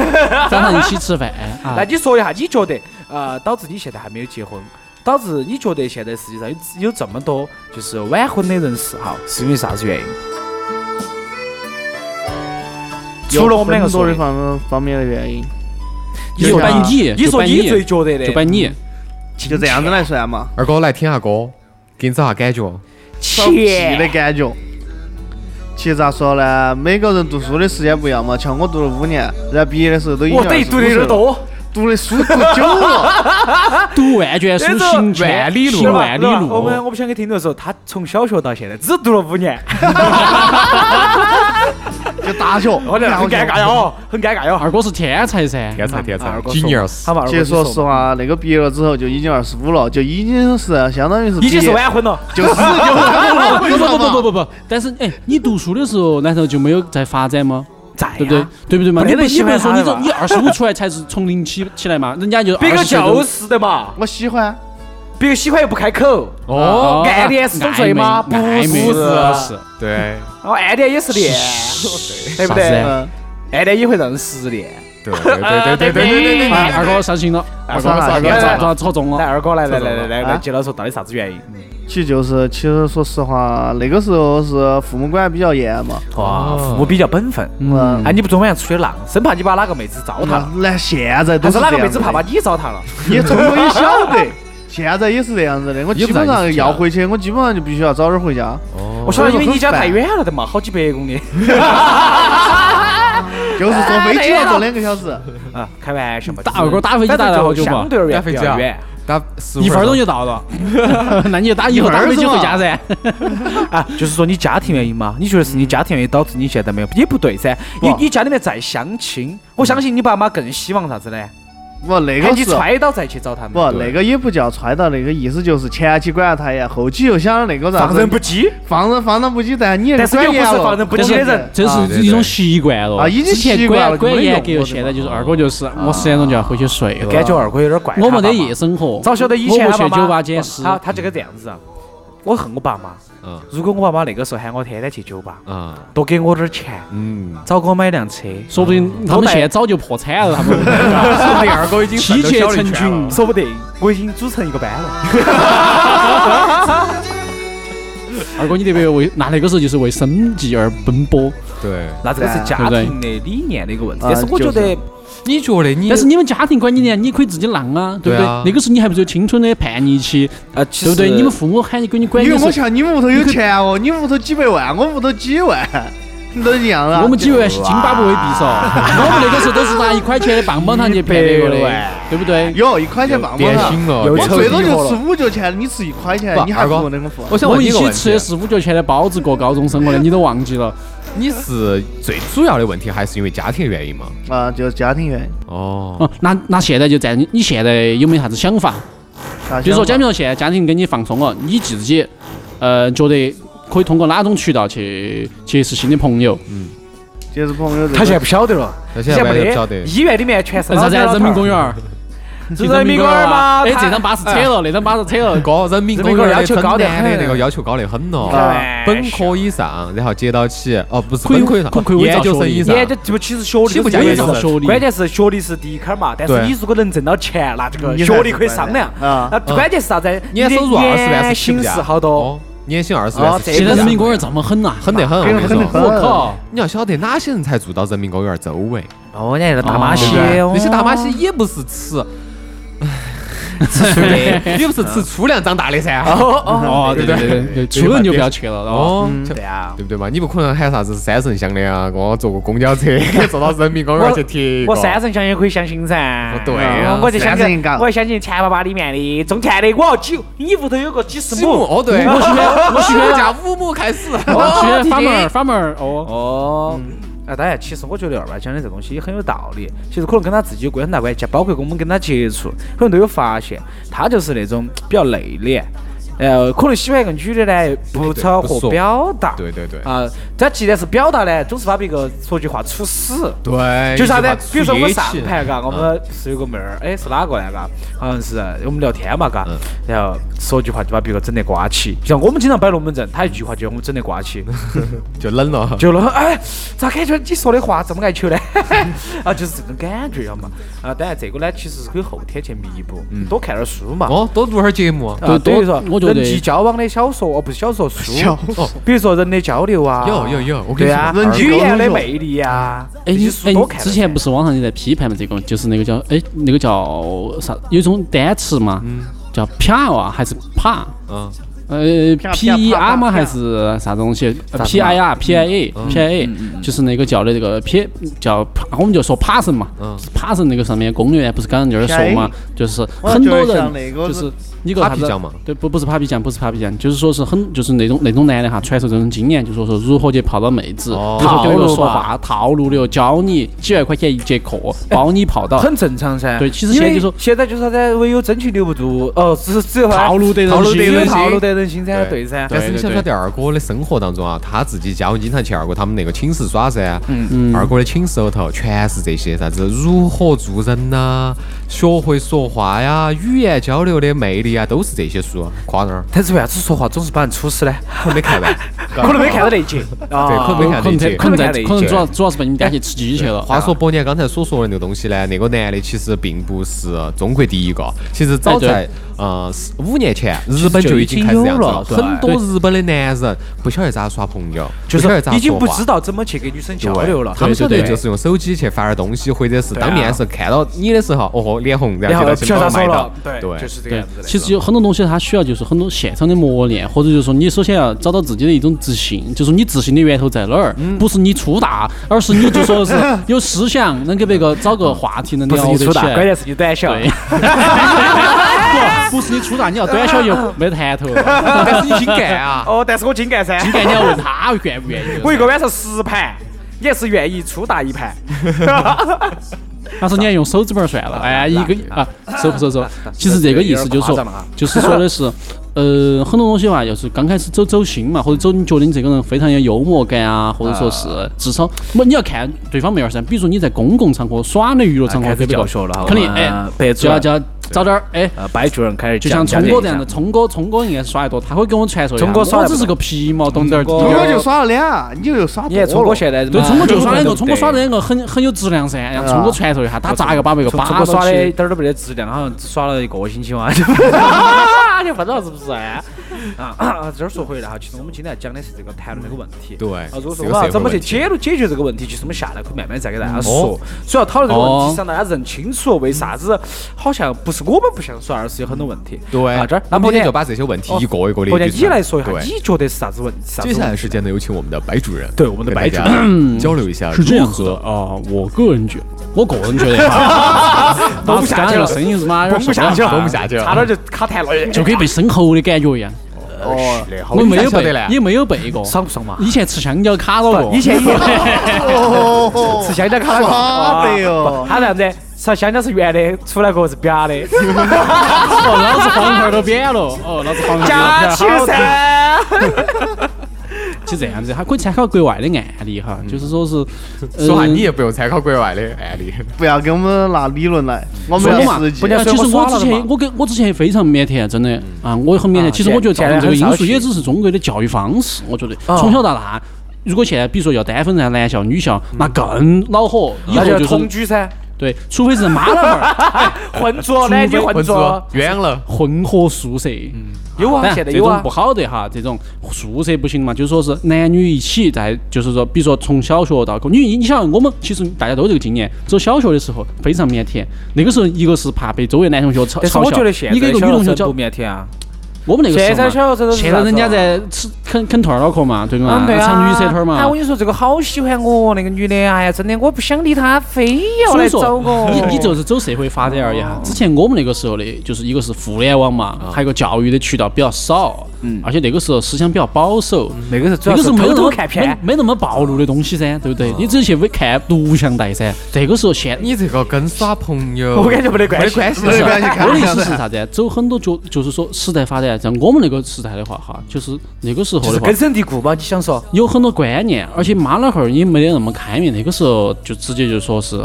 D: 早上一起吃饭啊
B: 那，你说一下，你觉得呃，导致你现在还没有结婚？导致你觉得现在世界上有有这么多就是晚婚的人士哈，是因为啥子原因？除了我们两个
E: 说
B: 说
E: 的
B: 的
E: 方方面的原因，
D: 你就摆你，
B: 你
D: 就
B: 说
D: 摆
B: 你最觉得的，
D: 就摆你，
E: 就这样子来算嘛，
C: 二哥来听下歌，给你找下感觉。
E: 找屁的
B: 钱，
E: 感觉。其实咋说呢，每个人读书的时间不一样嘛。像我读了五年，然后毕业的时候都已经
B: 我等于
E: 25
B: 读的有
E: 岁
B: 点
E: 了，
B: 多，
E: 读的书读久了，
D: 读万卷书
B: 那种
D: 行千
C: 万里路
D: 行
B: 是吧
D: 万里
B: 是吧我们
D: 路。
B: 我不想给听众说，他从小学到现在只读了五年，
E: 就大学，
B: 我这很尴尬哟，哦很尴尬哟。
D: 二哥是天才 噻，
C: 天才天才
B: 二哥说
C: ，genius
B: 好。吧，二
E: 其
B: 哥
E: 实说
B: 你
E: 实话，那个毕业了之后就已经二十五了，就已经是相当于是
B: 已经
E: 毕
B: 是
E: 业
B: 晚婚了，
E: 就是
D: 不
E: 就
D: 不不不不不不，但是哎，你读书的时候难道就没有在发展吗？
B: 在呀
D: 对不对？对不对嘛？
B: 没
D: 你
B: 得
D: 不你
B: 喜
D: 不
B: 欢
D: 能说
B: 他
D: 你
B: 的
D: 这
B: 吧
D: 你二十五出来才是从零起起来嘛，人家就
B: 别个
D: 20岁都
B: 就是的嘛，
E: 我喜欢，
B: 别个喜欢又不开口。
C: 哦，
B: 暗恋是种罪吗
D: 暧昧
B: 不
D: 暧昧不
B: 是
D: 是，
C: 对
B: 哦，暗恋也是恋，对不
D: 啥子
B: 对？
E: 嗯，
B: 暗恋也会让人失恋。
C: 对对对对对对 对对。
D: 啊，二哥伤心了，二哥
E: 伤
D: 二
E: 心
D: 哥
E: 了
D: 抓抓戳中
B: 来，
D: 了。
B: 二哥来来来来来
E: 啊
B: 来，接着说到底啥子原因？
E: 其实就是，其实说实话，那个时候是父母管得比较严嘛，
B: 哇，父母比较本分，
E: 嗯，
B: 哎，你不昨晚上出去浪，生怕你把哪个妹子糟蹋了，
E: 那现在都
B: 还是
E: 这
B: 哪
E: 样
B: 个妹
E: 子
B: 子
E: 的哦
B: 怕把你糟蹋了？
E: 你总归 也晓得，现在也是这样子的。我基本上要回去，我基本上就必须要早点回
B: 哦
E: 家，
B: 我晓得，因为你家太远了的嘛，好几百公里。
E: 就是坐飞机要坐两个小时。
B: 啊，开玩笑嘛。
D: 打
B: 就是
D: 二哥打飞机
B: 反正
D: 打了好
B: 就
D: 久嘛
B: 相对而
C: 打
B: 言
C: 飞
B: 比
C: 机
B: 较
C: 啊
B: 远。，
C: 打十五
D: 一分
C: 分
D: 钟
C: 钟
D: 就到了，那 你就打以后
E: 一分
D: 打
E: 钟
D: 飞机回
E: 啊
D: 家噻。
B: 啊，就是说你家庭原因嘛？你觉得是你家庭原因导致你现在没有？也不对噻，你
E: 不
B: 你家里面再相亲，我相信你爸妈更希望啥子呢？
E: 不，那个
B: 喊
E: 是
B: 你揣到再去找他们。
E: 不，那个也不叫揣到，那个意思就是前期管得太严，后期又想着那个啥
B: 放
E: 子，
B: 任不羁，
E: 放任放任不羁，但你也
B: 但是你又
E: 管
B: 不
E: 严
B: 是
E: 了
B: 放任不羁的人。
D: 这
C: 对
D: 是
C: 对
D: 一种
C: 对
D: 习惯了
E: 啊已经
D: 之前
E: 习惯
D: 管
E: 了
D: 管
E: 没用
D: 严格，
E: 过
D: 现在就是二哥就是我十点钟就要回去睡了。
B: 感觉二哥有点怪。
D: 我没得夜。生活，
B: 早晓得以前
D: 我
B: 他
D: 不
B: 爸
D: 去
B: 妈
D: 酒吧捡尸。
B: 他他这个这样子啊，我恨我爸妈。
C: 嗯
B: 如果我爸妈那个时候喊我天天去酒吧，
C: 嗯
B: 多给我点儿钱，
C: 嗯，
B: 早给我买辆车，
D: 说不定他们现在早就破产了，他们
C: 说不定二狗已经
D: 妻
C: 奋斗
D: 妾
C: 小了一
D: 成
C: 圈
D: 群
C: 了，
B: 说不定我已经组成一个班了。
D: 二哥，你特别为那那个时候就是为生计而奔波，
C: 对。
B: 那这个是家庭的理念的一个问题，
E: 啊
B: 但是我觉得
C: 你觉得你
D: 但是你们家庭管你呢，你可以自己浪啊，对
C: 对
D: 不对
C: 啊？
D: 那个时候你还不是有青春的叛逆期，
B: 啊，其
D: 对
B: 实
D: 不对？你们父母喊你给你管，
E: 因为
D: 你
E: 我
D: 是
E: 像你们屋头有钱哦，你们屋头几百万，我们屋头几万， 都一样啊。
D: 我们几万是津巴布韦 币嗦，我们那个时候都是拿一块钱的棒棒糖去骗别个的
E: 一百 万，
D: 对不对？
E: 有一块钱棒棒
C: 点啊
E: 糖
C: 醒，了，
B: 有
E: 我
C: 点
B: 丑
E: 最
C: 醒
E: 多
C: 了
E: 就吃五角钱，你吃一块钱
C: 不，
E: 你还
C: 二
E: 不
C: 哥
E: 如那个富。
C: 我想
D: 我
C: 问
D: 们
C: 你一个
D: 一起
C: 问
D: 吃的
C: 题，啊
D: 是五角钱的包子过高中生活的，你都忘记 了。
C: 你是最主要的问题还是因为家庭原因嘛？
E: 啊，就是家庭原因。
C: 哦，
D: 哦，那那现在就在你，你现在有没有啥子 想法？
E: 啥
D: 比如说，
E: 想
D: 假
E: 法
D: 比说现在家庭给你放松了，你自己呃觉得可以通过哪种渠道去结识新的朋友？
C: 嗯
E: 就是朋友这个，
B: 他现在不晓得了，
C: 他现
B: 现
C: 在
B: 在
C: 完全
B: 没
C: 不晓得
B: 医院里面全是
D: 呃啥
B: 老
D: 子
B: 头老
D: 啊
B: 头儿
D: 人民公园儿？
B: 是人民公园儿
D: 吗？
B: 吗？
D: 哎，
B: 他嗯
D: 这张巴士扯了，那张巴士扯了。
C: 哥，人民公园
B: 人民公园要求高得
C: 的
B: 很
C: 那个要求高得很
E: 啊
C: 咯。本科以上，然后接到起，哦，不是
D: 可以
C: 本科以上
D: 可可以，伪造
C: 研究生以上，
B: 研究这不其实学历
C: 起步
B: 都是
C: 价
B: 有
C: 也
B: 一
C: 是
B: 个
D: 学历
B: 关键是学历是第一坎儿嘛。但是
C: 对嗯
B: 你如果能挣到钱，那这个
E: 你才
B: 学
E: 是
B: 历可以商量。
E: 啊
B: 那关键是啥子？
C: 年收入
B: 的
C: 二十万是
B: 年
C: 起步
B: 薪是
C: 价，
B: 好多？
C: 哦，年薪二十
B: 哦
C: 万是
B: 这
C: 起
D: 现
C: 步
D: 在
C: 价
D: 人民公园这么狠呐！
C: 狠得很，我跟你
E: 狠得
C: 说，
E: 很
D: 我靠！
C: 你要晓得哪些人才住到人民公园周围，
B: 哦，你看那大
D: 哦
B: 马戏，
D: 对
B: 哦
C: 那些大马戏也不是吃，
B: 吃素的。
C: 也不是吃粗粮长大的噻。
B: 哦哦，
D: 哦，对对对对，初中就不要去了。哦，
C: 哦，
E: 嗯
C: 就
B: 对啊。
C: 对不对嘛？你不可能喊啥子三圣乡的啊，我坐个公交车坐到人民公园去贴一个
B: 我三人乡也可以相亲噻嗯
C: 哦。对啊
B: 我就相
E: 三人
B: 信
E: 港，
B: 我要相信钱粑粑里面的种田的，我要几，你屋头有个几十
C: 几亩
B: 亩。
C: 哦，对，我喜欢我啊喜欢加五亩开 始。
D: 哦去阀门儿，阀门儿，哦，
B: 哦。
C: 嗯
B: 啊，当然，其实我觉得二爸讲的这东西也很有道理。其实可能跟他自己有关很大关系，包括我们跟他接触，可能都有发现，他就是那种比较内敛，呃，可能喜欢一个女的呢，不超
C: 不
B: 和
C: 说
B: 表达。
C: 对对对
B: 啊，他既然是表达呢，总是把别个说句话处死。
C: 对，
B: 就是啥子？比如说我们上
C: 去
B: 盘，嘎，我们是有个妹儿，哎，是哪个来嘎？好像是我们聊天嘛，
C: 嗯
B: 嘎，然后说句话就把别个整得瓜起。像我们经常摆龙门阵，他一句话就把我们整得瓜起，
C: 就冷了。
B: 就那哎，咋感觉你说的话这么爱球呢？ 啊，就是这种感觉，晓得嘛？啊，当然这个呢，其实是可以后天去弥补，多看点书嘛。
C: 哦，多录会儿节目。
B: 啊，
D: 对
B: 等于说
D: 我觉得
B: 人际交往的小说，哦，不是小说书，
C: 哦，
B: 比如说人的交流啊，
C: 有有有我跟
B: 对
C: 你
B: 啊，
E: 说人际
B: 语
E: 沟
B: 言
E: 通
B: 的
E: 说
B: 魅力啊，
D: 哎，
B: 这
D: 你
B: 些
D: 哎
B: 书多看，点。
D: 之前不是网上也在批判嘛？这个就是那个叫哎，那个叫啥？有一种单词嘛，叫啪哇还是啪？
C: 嗯，
D: 呃
E: 啪
D: ，P
E: 啪
D: E
E: 啪
D: R
E: 啪
D: 吗？
E: 啪
D: 还是啥东西？P I R P I A P I A，就是那个叫的这个 P 叫，啊我们就说 p a s s 嘛
C: 嗯
D: p a s s 那个上面攻略不是刚刚在那儿说嘛
E: PIA，
D: 就是
E: 我
D: 很多
E: 觉得像那
D: 人
E: 个
D: 就是是你个啥
C: Papi
D: 子
C: 酱嘛？
D: 对，不不是 Papi 酱，不是 Papi 酱，就是说是很就是那种那种男的哈，传授这种经验，就说说如何去泡到妹子，
C: 哦
D: 如何跟
B: 套
D: 人
B: 路
D: 说
B: 吧
D: 话，套路的，教你几万块钱一节课，包你泡到。
B: 很正常噻。
D: 对其实
B: 因为
D: 现在就说
B: 现在就是啥子，唯有真情留不住，哦，只只有
D: 套路得人
B: 套路得
D: 心
B: 人套路得人心噻，对噻。
C: 但是你晓不晓得二哥的生活当中啊，他自己家我经常去二哥他们那个寝室耍噻。嗯二哥的寝室后头全是这些啥子如何做人呐、学会说话呀、语言交流的魅力啊，都是这些书。夸张，
B: 但是为啥子说话总是把人处死呢？
C: 可能没看 完。
B: 可能没看到那一集，
C: 对，可能没看
D: 可
C: 那一集
D: 能在。可能在
B: 看得
D: 可能
B: 见
D: 主要主要是被你们家去吃鸡去了。
C: 话说伯年刚才所说的那个东西呢，那个男的其实并不是中国第一个，其实早在
D: 哎
C: 呃四五年前，日本就已经开始这样子了。
B: 其实就已经有
C: 很
B: 了
C: 多日本的男人不晓得咋耍朋友，
B: 就是
C: 不晓得咋
B: 已经
C: 说
B: 不
C: 话
B: 知道怎么去跟女生交
C: 对
B: 流了。
C: 他们晓得
B: 对
C: 就是用手机去发点东西，或者是当面的时候看到你的时候，哦吼，脸红，然
B: 然
C: 后
B: 后
C: 就到钱包
B: 不晓得咋说
C: 卖
B: 了
C: 到，，
B: 对，
C: 对
B: 就。是这个
D: 对
B: 样子，的。
D: 其实有很多东西它需要就是很多现场的磨练，或者就是说你首先要找到自己的一种自信，就是你自信的源头在哪儿，
B: 嗯
D: 不是你粗大，而是你就说是有思想，能给别个找个话题能
B: 不是
D: 聊
B: 你
D: 得起
B: 粗大，关
D: 来。
B: 键是你短小。
D: 对， 不，不是你粗大，你要短小又没谈 头，
C: 但是你挺干啊，
B: 哦，但是我精干噻，
D: 应该 你要问他愿不愿意。
B: 我一个晚上十盘，也是愿意粗大一 盘。
D: 他说你还用手指板儿算了，哎，一个啊，收不收收？其实这个意思就是
B: 有点夸张
D: 说
B: 了啊，
D: 就是说的是，呃，很多东西嘛，要是刚开始走走心嘛，或者走你觉得你这个人非常有幽默感啊，或者说是至少，不你要看对方妹儿噻，比如说你在公共场合耍的娱乐场合
B: 啊开
D: 对
B: 始
D: 不对
B: 教学了好吧
D: 肯定哎
B: 白，
D: 就
B: 做
D: 要就要早点儿哎，
B: 呃，白主任开始
D: 就
B: 讲
D: 像
B: 讲
D: 聪
B: 这
D: 哥
B: 一
D: 这样的，
B: 项，
D: 聪哥聪哥应该耍得多，他会给我传授一下。
B: 聪哥耍得
D: 我
B: 不
D: 只是个皮毛，懂点儿。
E: 你
B: 聪
E: 这
B: 哥
E: 就耍了俩，你就耍
B: 你
E: 多了。
B: 看聪哥现在
D: 对，聪哥就耍两
B: 两
D: 个，聪哥耍的两个很很有质量噻，让聪哥传授一下，他咋个把别个
B: 啊聪
D: 扒
B: 哥
D: 到
B: 耍的一
D: 起？
B: 点儿都没得质量，好像只耍了一个星 期嘛， 就就分了是不是？啊，啊这儿说回来哈，其实我们今天要讲的是这个谈论这个问题。
C: 对
B: 啊，如果
C: 是
B: 说
C: 个
B: 我们
C: 社
B: 要
C: 会
B: 怎么
C: 问
B: 去
C: 题
B: 解决解决这个问题，其实我们下来可以慢慢再给大家
C: 哦
B: 说。主要讨论这个问
D: 哦
B: 题，想让大家认清楚为啥子好像不是我们不想耍，而是有很多问题。
C: 对，
B: 啊，这儿那
C: 那
B: 伯
C: 今天
B: 天
C: 就把这些问题一个一个
B: 伯
C: 的
B: 天你来说一下，
C: 对
B: 你觉得是啥子问啥子
C: 接
B: 问题？
C: 下来时间呢，有请我们的白主任，
B: 对我们的白主任
C: 任交流一下
D: 是这
C: 如
D: 样子
C: 何
D: 的啊，我个人觉，我个人觉得哈，
B: 弄不下去
D: 当时感觉到
B: 了
D: 声音是嘛，有点
B: 崩不下去了，
D: 受
C: 崩不下去了
B: 差点就卡痰了。
D: 就跟被生喉的感觉一样。
E: 哦，
D: 我没有
C: 你咋晓得嘞
D: 背，也没有背过。
B: 爽不爽嘛？
D: 以前吃香蕉卡到过，
B: 以前 也
E: 哦，
B: 吃香蕉卡了
E: 耍
B: 过，
E: 白哦，
B: 他这样子，吃香蕉是圆的，出来过是扁的，
D: 哦，老子黄牌都扁了，哦，老子黄牌
B: 假
D: 都
B: 起
D: 扁了。
B: 噻。
D: 就这样子，还可以参考国外的案例哈，就是说是，呃
C: 说话你也不用参考国外的案例，
E: 不要给我们拿理论来，我
D: 说
E: 们
D: 嘛
E: 要实际
B: 不。能
D: 啊，其实我之
B: 所以我耍了嘛
D: 前我跟我之前非常腼腆，真的啊，我也很腼腆。
B: 啊
D: 其实我觉得造成这个因
B: 现在很
D: 素
B: 少
D: 也只是中国的教育方式，我觉得
B: 啊
D: 从小到大，如果现在比如说要单分噻，男校女校，那更恼火，以
B: 嗯那
D: 后
B: 就
D: 就
B: 要同
D: 是
B: 居�噻，
D: 对，除非是妈老汉 儿
B: 混住男女混
C: 文字
B: 住，
C: 鸳鸯了，
D: 混合宿舍。
B: 有啊，现在
D: 这
B: 有
D: 种
B: 啊
D: 不。好的哈，这种宿舍不行嘛，就是说是男女一起在，就是说，比如说从小学到高，你你想，我们其实大家都有这个经验，走小学的时候非常腼腆，那个时候一个是怕被周围男同学嘲
B: 但是
D: 嘲
B: 我觉
D: 笑
B: 得现，在
D: 你给一个女同学
B: 小
D: 教
B: 不，腼腆啊，
D: 我们那个时候
B: 现在
D: 嘛
B: 小学生都是
D: 现
B: 啥
D: 在
B: 子
D: 人家
B: 啊
D: 在吃啃啃兔儿脑壳嘛，对嘛，
B: 嗯，对
D: 唱
B: 啊，
D: 女舌头儿嘛
B: 哎，我。跟你说，这个好喜欢我那个女的，哎呀，真的，我不想理她，非要
D: 所
B: 来哦
D: 以
B: 找
D: 说
B: 我，。
D: 你你就是走社会发展而言哈，之前我们那个时候的，就是一个是互联网
B: 哦
D: 嘛，还有个教育的渠道比较少，而且那个时候思想比较保守，
B: 那个是嗯主
D: 那
B: 要
D: 个时候没有
B: 偷
D: 那
B: 偷
D: 么
B: 看片，哦
D: 没没那么暴露的东西噻，对不对？你只有去看录像带�噻。这个时候现
C: 你这个跟耍朋友，
B: 我感觉没得关
C: 没
B: 系
C: 关系，
E: 没得关系
D: 我的意 思是啥子啊？走很多就就是说时代发展，像我们那个时代的话哈，就是那个时候
B: 就是
D: 的话
B: 根。深蒂固嘛。你想说，
D: 有很多观念，而且妈老汉儿也没得那么开明，那个时候就直接就说是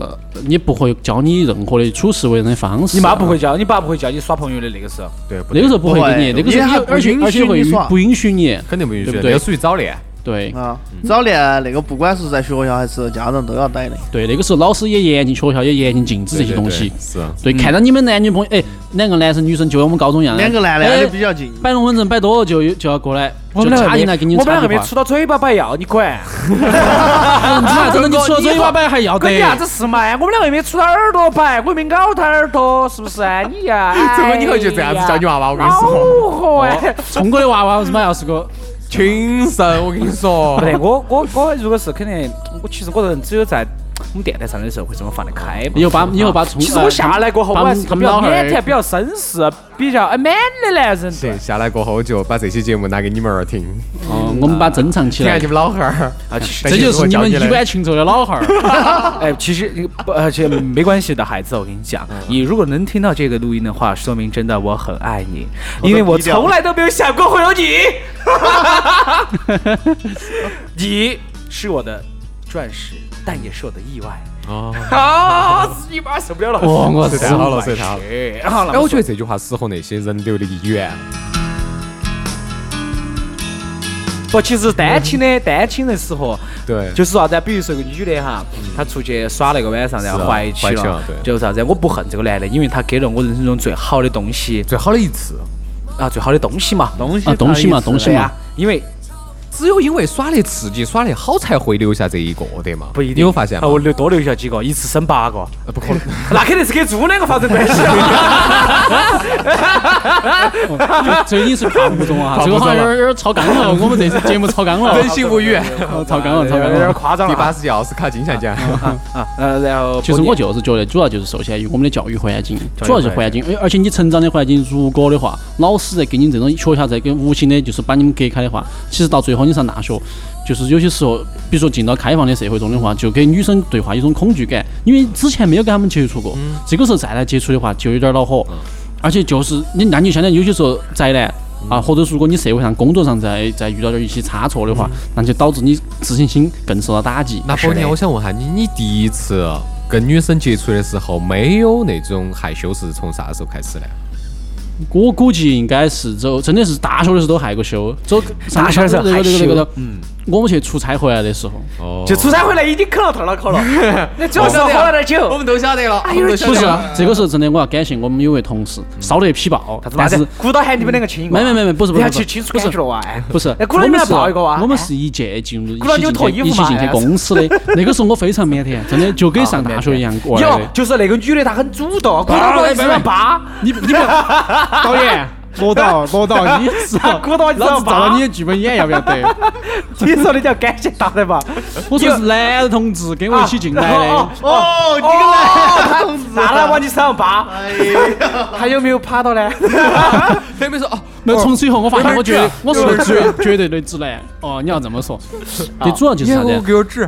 D: 你不会教你任何的处事为人的方式。啊
B: 你妈不会教，你爸不会教你耍朋友的那个时候，
C: 对，不
D: 那个时候不会给你，
E: 不会
D: 那个时
E: 也还
D: 候
E: 不
D: 而且
E: 允许
D: 而且会
E: 你耍
D: 不允许你，
C: 肯定不允许，
D: 对不
C: 那
D: 对
C: 个属于早恋，
D: 对
E: 啊，早恋那个不管是在学校还是家长都要逮的。
D: 对，那个时候老师也严禁，学校也严禁禁止这些
C: 对
D: 东西。
C: 对是啊
D: 对，看到你们男女朋友，哎，两个男生女生就跟我们高中一样，
E: 两个男的
D: 哎
E: 挨得比较近
D: 摆龙门阵摆多了就有就要过来，
B: 我
D: 就
B: 们两
D: 插
B: 个
D: 进来给你
B: 我
D: 们
B: 们
D: 插
B: 两个
D: 句
B: 没
D: 话。
B: 杵到嘴巴摆，要 你管。
D: 啊 你妈真的，你除了嘴 巴摆还要
B: 关
D: 得
B: 你。
C: 啊
B: 啥子事嘛？我们两个也没杵他耳朵摆，我也没咬他耳朵，是不 是啊？你呀、哎
C: 这个以后就这样子叫你娃娃我跟你说
B: 恼火哎！
D: 聪哥的娃娃是嘛要是个，
C: 情深，我跟你说
B: 不，对，我我我如果是肯定，我其实我人只有在我们电台上的时候会这么放得开吧。
D: 以后把以后把聪，
B: 其实我下来过后，我
D: 把
B: 还是个
D: 他
B: 比
D: 们老
B: 较
D: 汉
B: 腼腆、
D: 儿
B: 比较绅士、比较 man 的男人。对
C: 对，下来过后就把这期节目拿给你们儿听，
D: 哦，我们把珍藏起
C: 听下
D: 来
C: 你。们老汉儿，
D: 这就是你们
C: 一
D: 衣冠禽兽的老汉儿。
B: 哎，其实你不，而且没关系的，孩子，我跟你讲，
C: 嗯
B: 你如果能听到这个录音的话，说明真的我很爱你，因为我从来都没有想过会有你， 你是我的钻石，但也是我的意外。
C: 哦，
B: 啊，你妈受不了了！
D: 哦我
C: 睡太好了，睡太好了。
B: 哎，好了，
C: 哎，我觉得这句话适合那些人流离远，
B: 不，其实单亲
D: 嗯
B: 的单亲人适合，
C: 对
B: 就是啥子啊？比如说一个女的哈，
D: 嗯
B: 她出去耍那个晚上，然
C: 是
B: 后
C: 啊
B: 怀起
C: 怀起了
B: 了
C: 对，
B: 就是啥子啊？我不恨这个男的，因为他给了我人生中最好的东西
C: 最好的一次，
B: 啊，最好的东西嘛，
E: 东西
D: 啊嗯东西嘛东西
B: 对
D: 嘛
B: 啊，因为
C: 只有因为耍得刺激、耍得好，才会留下这一个的嘛。
B: 不一定
C: 你有发现
B: 啊，
C: 吗？
B: 我留多留下几个，一次生八个，
C: 呃不可 能，
B: 那肯定是跟猪两个发生关系啊 了。
D: 这已经是怕不中啊，
C: 怕
D: 这
C: 不中了
D: 个好像有点有点超纲了。我们这次节目超纲了，
C: 真心 无语。
D: 哦超纲了，超纲
B: 有点
D: 了。
B: 夸张
C: 第
B: 了
C: 八
B: 啊
C: 十届奥斯卡金像奖，
B: 啊，呃，然后
D: 其实
B: 伯
D: 我
B: 尼
D: 就是觉得，主要就是受限于我们的教育环境，主要是环境，而而且你成长的环境，如果的话，老师在给你这种学校在跟无形的，就是把你们隔开的话，其实到最后你上大学，就是有些时候，比如说进到开放的社会中的话，就给女生对话有种恐惧感，因为之前没有跟她们接触过，这个时候再来接触的话，就有点恼火，而且就是你，那你相当于有些时候宅男。啊，或者是如果你社会上、工作上再再遇到点一些差错的嗯话，那就导致你自信心更受到打击。
C: 那波年，我想问下你，你第一次跟女生接触的时候没有那种害羞是从啥时候开 始的？
D: 我估计应该是走，真的是大学的时候都害过羞，走
B: 大学的时候
D: 那
B: 害
D: 个那
B: 羞
D: 个那个，嗯，我们去出差回来的时候，
C: 哦
B: 就出差回来已经啃到头 了，渴了。那主要是喝了点酒，
D: 哦
C: 们都晓得了，哎
B: 呦
D: 不是啊，这个时候真的我要感谢我们有位同事烧得一批爆，但是
B: 鼓捣喊你们两个亲一个。
D: 没没没没，不是不是
B: 你要
D: 不是
B: 去清楚感觉了哇？哎
D: 不是，
B: 那鼓
D: 我
B: 捣你
D: 们
B: 们来
D: 是
B: 抱一个哇？
D: 我们
B: 哎
D: 是一届进入一
B: 鼓捣
D: 起
B: 你
D: 进
B: 有脱衣
D: 去
B: 服
D: 一起
B: 嘛
D: 进去
B: 哎
D: 公司的，那个时候我非常腼腆，真的就跟上大学一样过来
B: 有
D: 的，。
B: 就是那个女的，她很主动，鼓捣我身上扒，
D: 你你不导演，
G: 挪到挪到，你知
B: 她
G: 道，
B: 鼓捣你身
G: 老
B: 上
G: 子照着
B: 扒
G: 你。的剧本演要不要得？
B: 你说的叫感谢大的吧？
D: 我说是男同志跟我一起进来的
B: 哦，哦，你个男同志，那他往你身上扒，还有没有扒到呢？
C: 特别说哦，
D: 那从此以后我发现我觉得我是个绝绝对的直男。哦，你要这么说，最主要就是啥子？
C: 给我 指，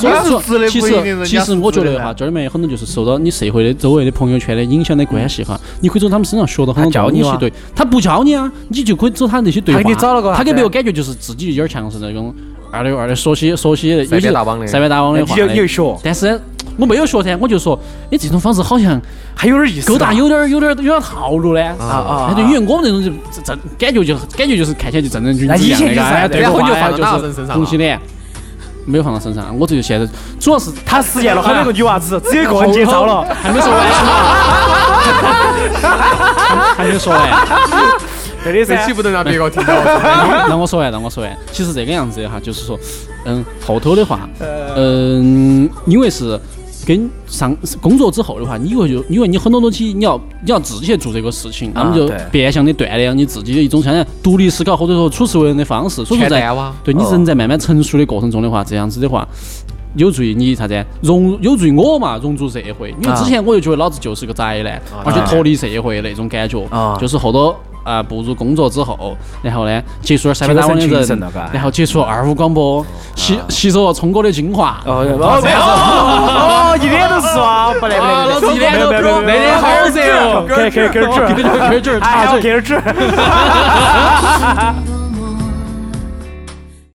D: 主要是
E: 直的
D: 其
E: 不一定人
D: 实
E: 家
D: 其实
E: 是
D: 我觉
E: 直的
D: 得哈，
E: 呢
D: 这里面有很多就是受到你社会的周围的朋友圈的影响的关系哈，你可以从他们啊身上学到很多
B: 他教
D: 东
B: 你
D: 西
B: 吗。
D: 对，他不教你啊，你就可以走他那些对
B: 他
D: 话。
B: 给哎你找了个啥
D: 他给
B: 子
D: 没有感觉就是自己有点像是那种二流二流说些说些
C: 三边大帮的
D: 三边大帮的话
B: 哎你就
D: 的
B: 你就学
D: 但是呢我没有学噻，我就说，哎，这种方式好像
B: 还有点意思
D: 勾搭有点儿有点儿有点儿套路呢。
B: 啊啊
D: 哎，对，因为我们这种就这这感觉就感觉就是看起来就正正经
B: 那
D: 经
B: 以
D: 一样
B: 前
D: 的
B: 就是
D: 哎，对
C: 然后
D: 个
C: 你就放
D: 话
C: 到大
D: 就
C: 人
D: 是
C: 身上
D: 同
C: 了
D: 性恋，没有放到身上，我这就现在主要是
B: 他实验了好多个女娃子，只有一个人接招了。
D: 还没说 完 嘛，还没说完，
B: 对的
C: 这
B: 噻
C: 期，不能让别个听到。
D: 让我说完，让我说完。其实这个样子的哈，就是说，嗯，后头的话，嗯，因为是。跟上工作之后的话，你以后就因为你很多东西你要你要自己去做这个事情，那么就
B: 对
D: 变相的锻炼你自己的一种相当于独立思考或者说处事为人的方式。所以说
C: 全
D: 在
C: 蛋哇
D: 对你人在慢慢成熟的过程中的话，这样子的话，有助于你啥子？融有助于我嘛，融入社会。因为之前我就觉得老子就是个宅男，而且脱离社会那种感觉
B: 啊，
D: 就是后头啊步入工作之后，然后呢接触了三百打网的
B: 精神
D: 人
B: 精神了嘎，
D: 然后接触了二五广播，吸吸收了聪哥的精华。
B: 哦哦没有哦，一脸都是哇，不得不得，
D: 老子一脸都
B: 不得，那天好热哦，给给给纸，
D: 给点儿纸
B: 哎，给点纸，
H: 我